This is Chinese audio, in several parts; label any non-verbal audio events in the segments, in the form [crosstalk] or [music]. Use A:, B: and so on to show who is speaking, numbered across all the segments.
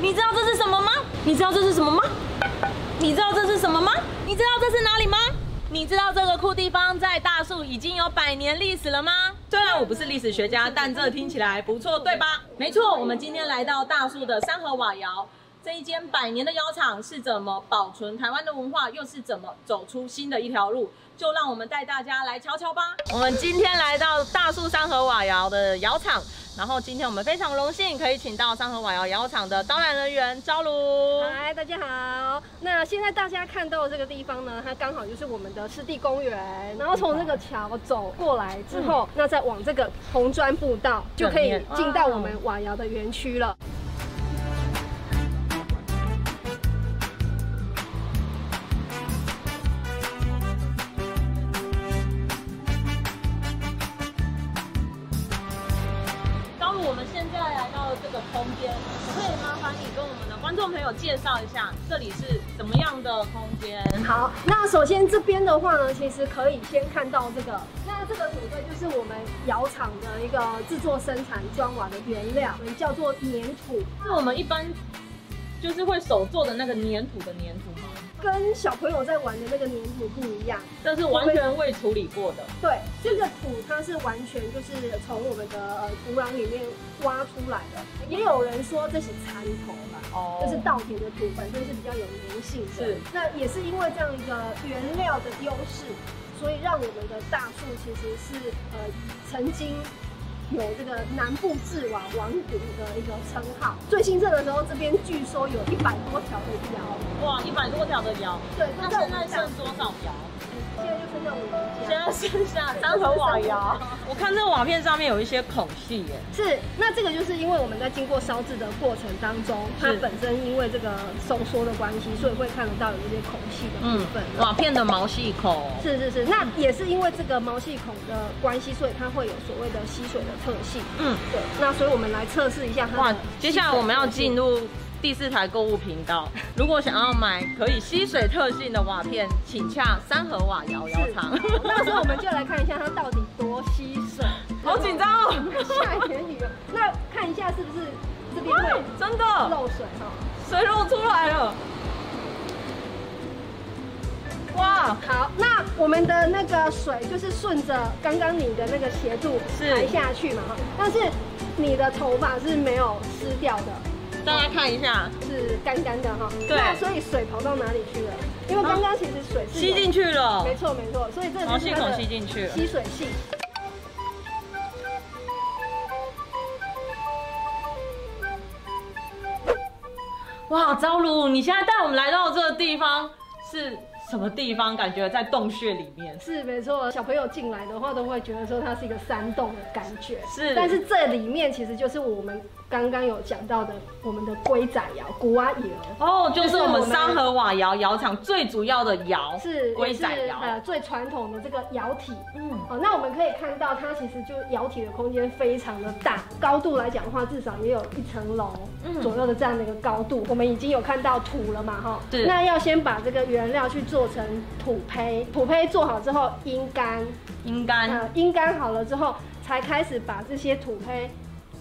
A: 你知道这是什么吗？你知道这是什么吗？你知道这是什么吗？你知道这是哪里吗？你知道这个酷地方在大树已经有百年历史了吗？虽然啊我不是历史学家，但这听起来不错，对吧？没错，我们今天来到大树的三河瓦窑这一间百年的窑厂是怎么保存台湾的文化，又是怎么走出新的一条路？就让我们带大家来瞧瞧吧。我们今天来到大树三河瓦窑的窑厂，然后今天我们非常荣幸可以请到三河瓦窑窑厂的导览人员昭如。
B: 嗨，大家好。那现在大家看到的这个地方呢，它刚好就是我们的湿地公园。然后从这个桥走过来之后，那再往这个红砖步道，就可以进到我们瓦窑的园区了。
A: 高鲁，我们现在来到这个空间，可以麻烦你跟我们的观众朋友介绍一下，这里是怎么样的空间？
B: 好，那首先这边的话呢，其实可以先看到这个，那这个土堆就是我们窑厂的一个制作、生产、砖瓦的原料，我们叫做粘土。
A: 是我们一般就是会手做的那个粘土的粘土吗？
B: 跟小朋友在玩的那个粘土不一样，
A: 这是完全未处理过的。
B: 对，这个土它是完全就是从我们的呃土壤里面挖出来的，也有人说这是蚕头吧。
A: 哦
B: 就是稻田的土本身是比较有粘性的，
A: 是
B: 那也是因为这样一个原料的优势，所以让我们的大树其实是呃曾经有这个南部制瓦王国的一个称号。最兴盛的时候，这边据说有一百多条的窑，
A: 哇，一百多条的窑，
B: 对，
A: 那
B: 都
A: 现
B: 我
A: 在
B: 们家
A: 剩多少窑？
B: 现在就剩下我们
A: 现
B: 家
A: 在。剩下三合瓦窑。我看这瓦片上面有一些孔隙耶，
B: 是，那这个就是因为我们在经过烧制的过程当中，它
A: 是
B: 本身因为这个收缩的关系，所以会看得到有一些孔隙的部分。
A: 瓦片的毛细孔。
B: 是是是，那也是因为这个毛细孔的关系，所以它会有所谓的吸水的特性。
A: 嗯，
B: 对，那所以我们来测试一下它。
A: 哇，接下来我们要进。入第四台购物频道。如果想要买可以吸水特性的瓦片，请洽三和瓦窑窑
B: 是，
A: 厂。
B: 那时候我们就来看一下它到底多吸水。
A: [laughs] 好紧张
B: [laughs]
A: 哦！
B: 下一点雨了，那看一下是不是这边
A: 哇
B: 会
A: 真的
B: 漏水哈。
A: 水漏出来了！哇，
B: 好，那我们的那个水就是顺着刚刚你的那个斜度
A: 是
B: 排下去嘛哈，但是你的头发是没有湿掉的。
A: 大家看一下，
B: 是干干的哈。
A: 对
B: 那所以水跑到哪里去了？因为刚刚其实水是
A: 吸
B: 有
A: 进。去了
B: 没，错没错，所以这
A: 毛
B: 就
A: 细
B: 是它
A: 孔
B: 的
A: 吸进去了。
B: 吸水性。
A: 哇，昭如，你现在带我们来到这个地方是什么地方？感觉在洞穴里面。
B: 是没错，小朋友进来的话都会觉得说它是一个山洞的感觉。
A: 是
B: 但是这里面其实就是我们刚刚有讲到的我们的龟仔窑、古阿窑。
A: 哦，就是我们
B: 就是我们
A: 三和瓦窑窑厂最主要的窑
B: 是
A: 龟仔
B: 也是
A: 窑
B: 呃最传统的这个窑体，
A: 嗯
B: 嗯，哦，那我们可以看到它其实就窑体的空间非常的大，高度来讲的话，至少也有一层楼
A: 嗯
B: 左右的这样的一个高度。我们已经有看到土了嘛，哈，
A: 对
B: 那要先把这个原料去做成土胚，土胚做好之后阴干，
A: 阴干。
B: 呃，阴干好了之后，才开始把这些土胚。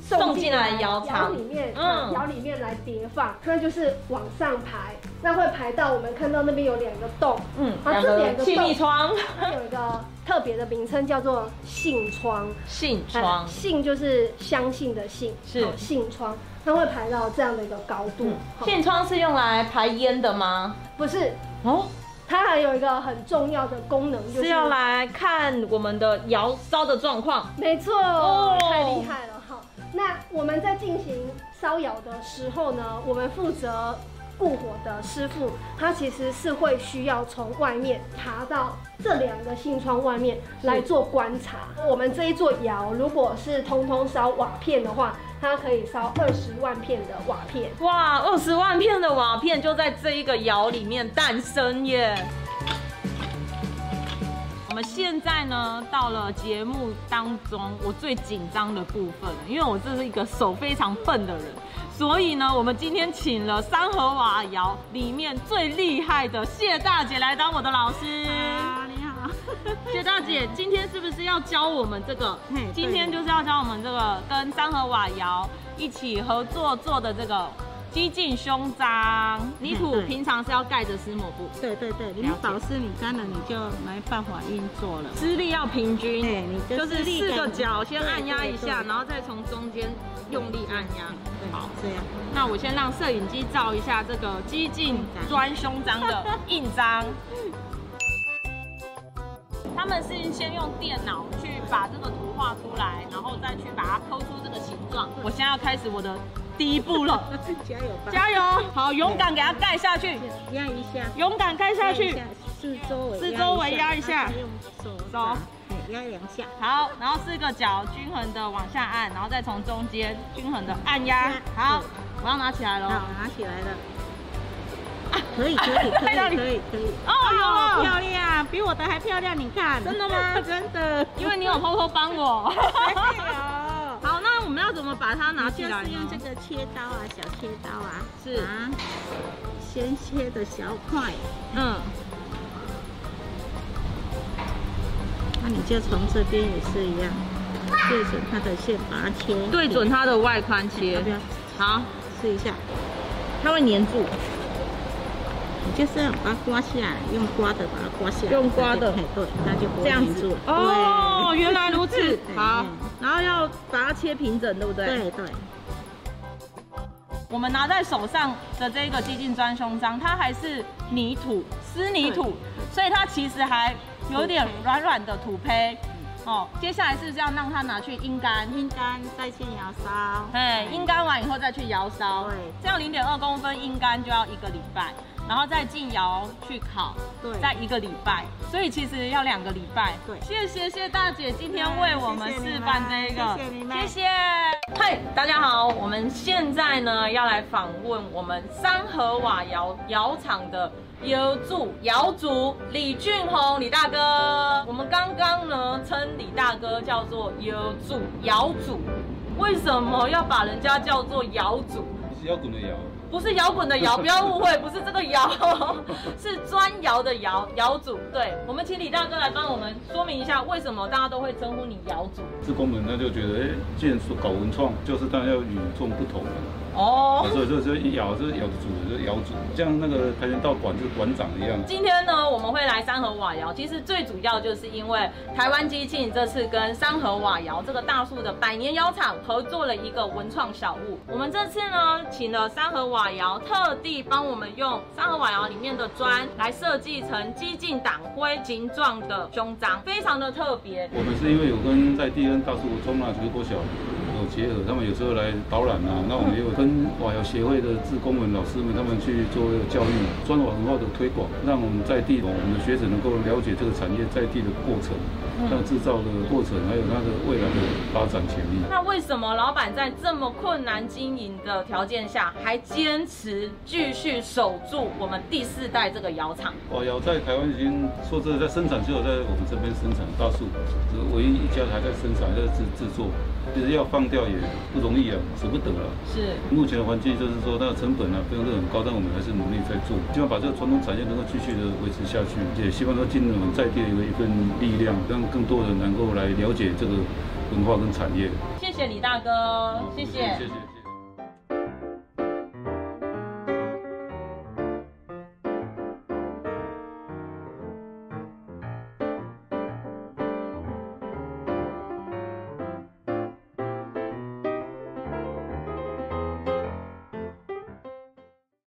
A: 送进来窑厂
B: 里面，
A: 嗯
B: 嗯，窑里面来叠放，它就是往上排，那会排到我们看到那边有两个洞，
A: 嗯，
B: 啊这两个
A: 气密
B: 洞
A: 窗，
B: 它有一个特别的名称叫做信窗，
A: 信
B: 呃
A: [laughs] 窗，
B: 信就是相信的信，
A: 是
B: 好信窗，它会排到这样的一个高
A: 嗯
B: 度。好
A: 信窗是用来排烟的吗？
B: 不是，
A: 哦，
B: 它还有一个很重要的功能，就是
A: 要，来看我们的窑烧的状况。
B: 没错，
A: 哦
B: 太厉害了哈。那我们在进行烧窑的时候呢，我们负责。固火的师傅，他其实是会需要从外面爬到这两个信窗外面来做观察。我们这一座窑，如果是通通烧瓦片的话，它可以烧二十万片的瓦片。
A: 哇，二十万片的瓦片就在这一个窑里面诞生耶！我们现在呢，到了节目当中我最紧张的部分了，因为我这是一个手非常笨的人，所以呢，我们今天请了三河瓦窑里面最厉害的谢大姐来当我的老师。
C: 你好，
A: 谢大姐，今天是不是要教我们这个
C: 嘿
A: [laughs]
C: 对？
A: 今天就是要教我们这个跟三和瓦窑一起合作做的这个激进胸脏，泥土平常是要盖着湿抹布，
C: 对对对，你
A: 了解
C: 保湿你干了，你就没办法运作了。
A: 施力要平均，
C: 对你的
A: 就是
C: 施力
A: 四个
C: 感
A: 角先按压一下，
C: 对对对
A: 然后再从中间用力按压。
C: 对，
A: 好，
C: 这样。
A: 那我先让摄影机照一下这个激进钻胸章
C: [laughs]
A: 的印章。他们是先用电脑去把这个图画出来，然后再去把它抠出这个形状。我现在要开始我的第一步了，
C: [laughs] 加油吧！
A: 加油！好，勇敢给它盖下去，
C: 压一下，
A: 勇敢盖下
C: 压一
A: 去。
C: 下，四周围，
A: 四周围压一下
C: 然啊后用手
A: 手
C: 手，对压两下，
A: 好，然后四个角均衡的往下按，然后再从中间均衡的按压。好，我要拿起来
C: 好，
A: 了。
C: 拿起来了。可以可以
A: 啊
C: 可
A: 拍到
C: 以
A: 你
C: 可以可以，
A: 哦，
C: 哦
A: 有了，
C: 漂亮，比我的还漂亮，你看，
A: 真的吗
C: 真的，哎
A: 因为你有偷偷帮我。
C: 没有。
A: 好，那我们要怎么把它拿起
C: 就
A: 来
C: 是
A: 呢？
C: 用这个切刀啊，小切刀啊，
A: 是
C: 啊，先切的小块，
A: 嗯，
C: 那你就从这边也是一样，对准它的线把它切，
A: 对准它的外宽
C: 要
A: 切
C: 不。要
A: 好，
C: 试一下？它会粘住，你就是要把它刮下来，用刮的把它刮下来，
A: 用刮的
C: 它就对，它就不会
A: 这样
C: 粘
A: 子
C: 住了。。
A: 哦，
C: 对。
A: 原来如此
C: 对
A: 好，然后要把它切平整，对不对？
C: 对对，
A: 我们拿在手上的这个激进砖胸章，它还是泥土湿泥土，所以它其实还有点软软的土胚。哦，接下来是不是要让它拿去阴干？
C: 阴干再去摇烧，
A: 哎，阴干完以后再去摇烧
C: 对，
A: 这样零点二公分阴干就要一个礼拜，然后再进窑去烤，
C: 对
A: 再一个礼拜，所以其实要两个礼拜。
C: 对
A: 谢谢谢大姐今天为我们示范这个，
C: 谢谢你们
A: 谢谢。嗨，大家好，我们现在呢要来访问我们三河瓦窑窑厂的。窑主窑主李俊宏李大哥，我们刚刚呢称李大哥叫做窑主窑主，为什么要把人家叫做窑主？
D: 是摇滚的摇，
A: 不是摇滚的摇，不要误会，不是这个摇， [laughs] 是砖窑的窑，窑主。对，我们请李大哥来帮我们说明一下，为什么大家都会称呼你窑主？
D: 自工们他就觉得，哎、既然说搞文创，就是当然要与众不同了。
A: 哦，
D: 所以这这一摇，这是摇主，这是摇主，像那个跆拳道馆就是馆长一样。
A: 今天呢，我们会来三河瓦窑，其实最主要就是因为台湾机器这次跟三河瓦窑这个大树的百年窑厂合作了一个文创小物。我们这次呢，请了三河瓦窑特地帮我们用三河瓦窑里面的砖来设计成激进党徽形状的胸章，非常的特别。
D: 我们是因为有跟在地恩大树中啊、水果小有结合，他们有时候来导览啊，那我们也有跟瓦窑协会的自工们老师们他们去做教育，砖瓦文化的推广，让我们在地我们的学者能够了解这个产业在地的过程，它制造的过程，还有它的未来的发展潜力。
A: 那为什么老板在这么困难经营的条件下，还坚持继续守住我们第四代这个窑厂？
D: 哦，窑在台湾已经说这在生产，只有在我们这边生产大树，是唯一一家还在生产，还在制制作。其实要放掉也不容易啊，舍不得了。
A: 是
D: 目前的环境就是说，它的成本啊，不用是很高，但我们还是努力在做，希望把这个传统产业能够继续的维持下去，也希望说尽我们在地的一份力量，让更多人能够来了解这个文化跟产业。
A: 谢谢李大哥，谢谢
D: 谢谢。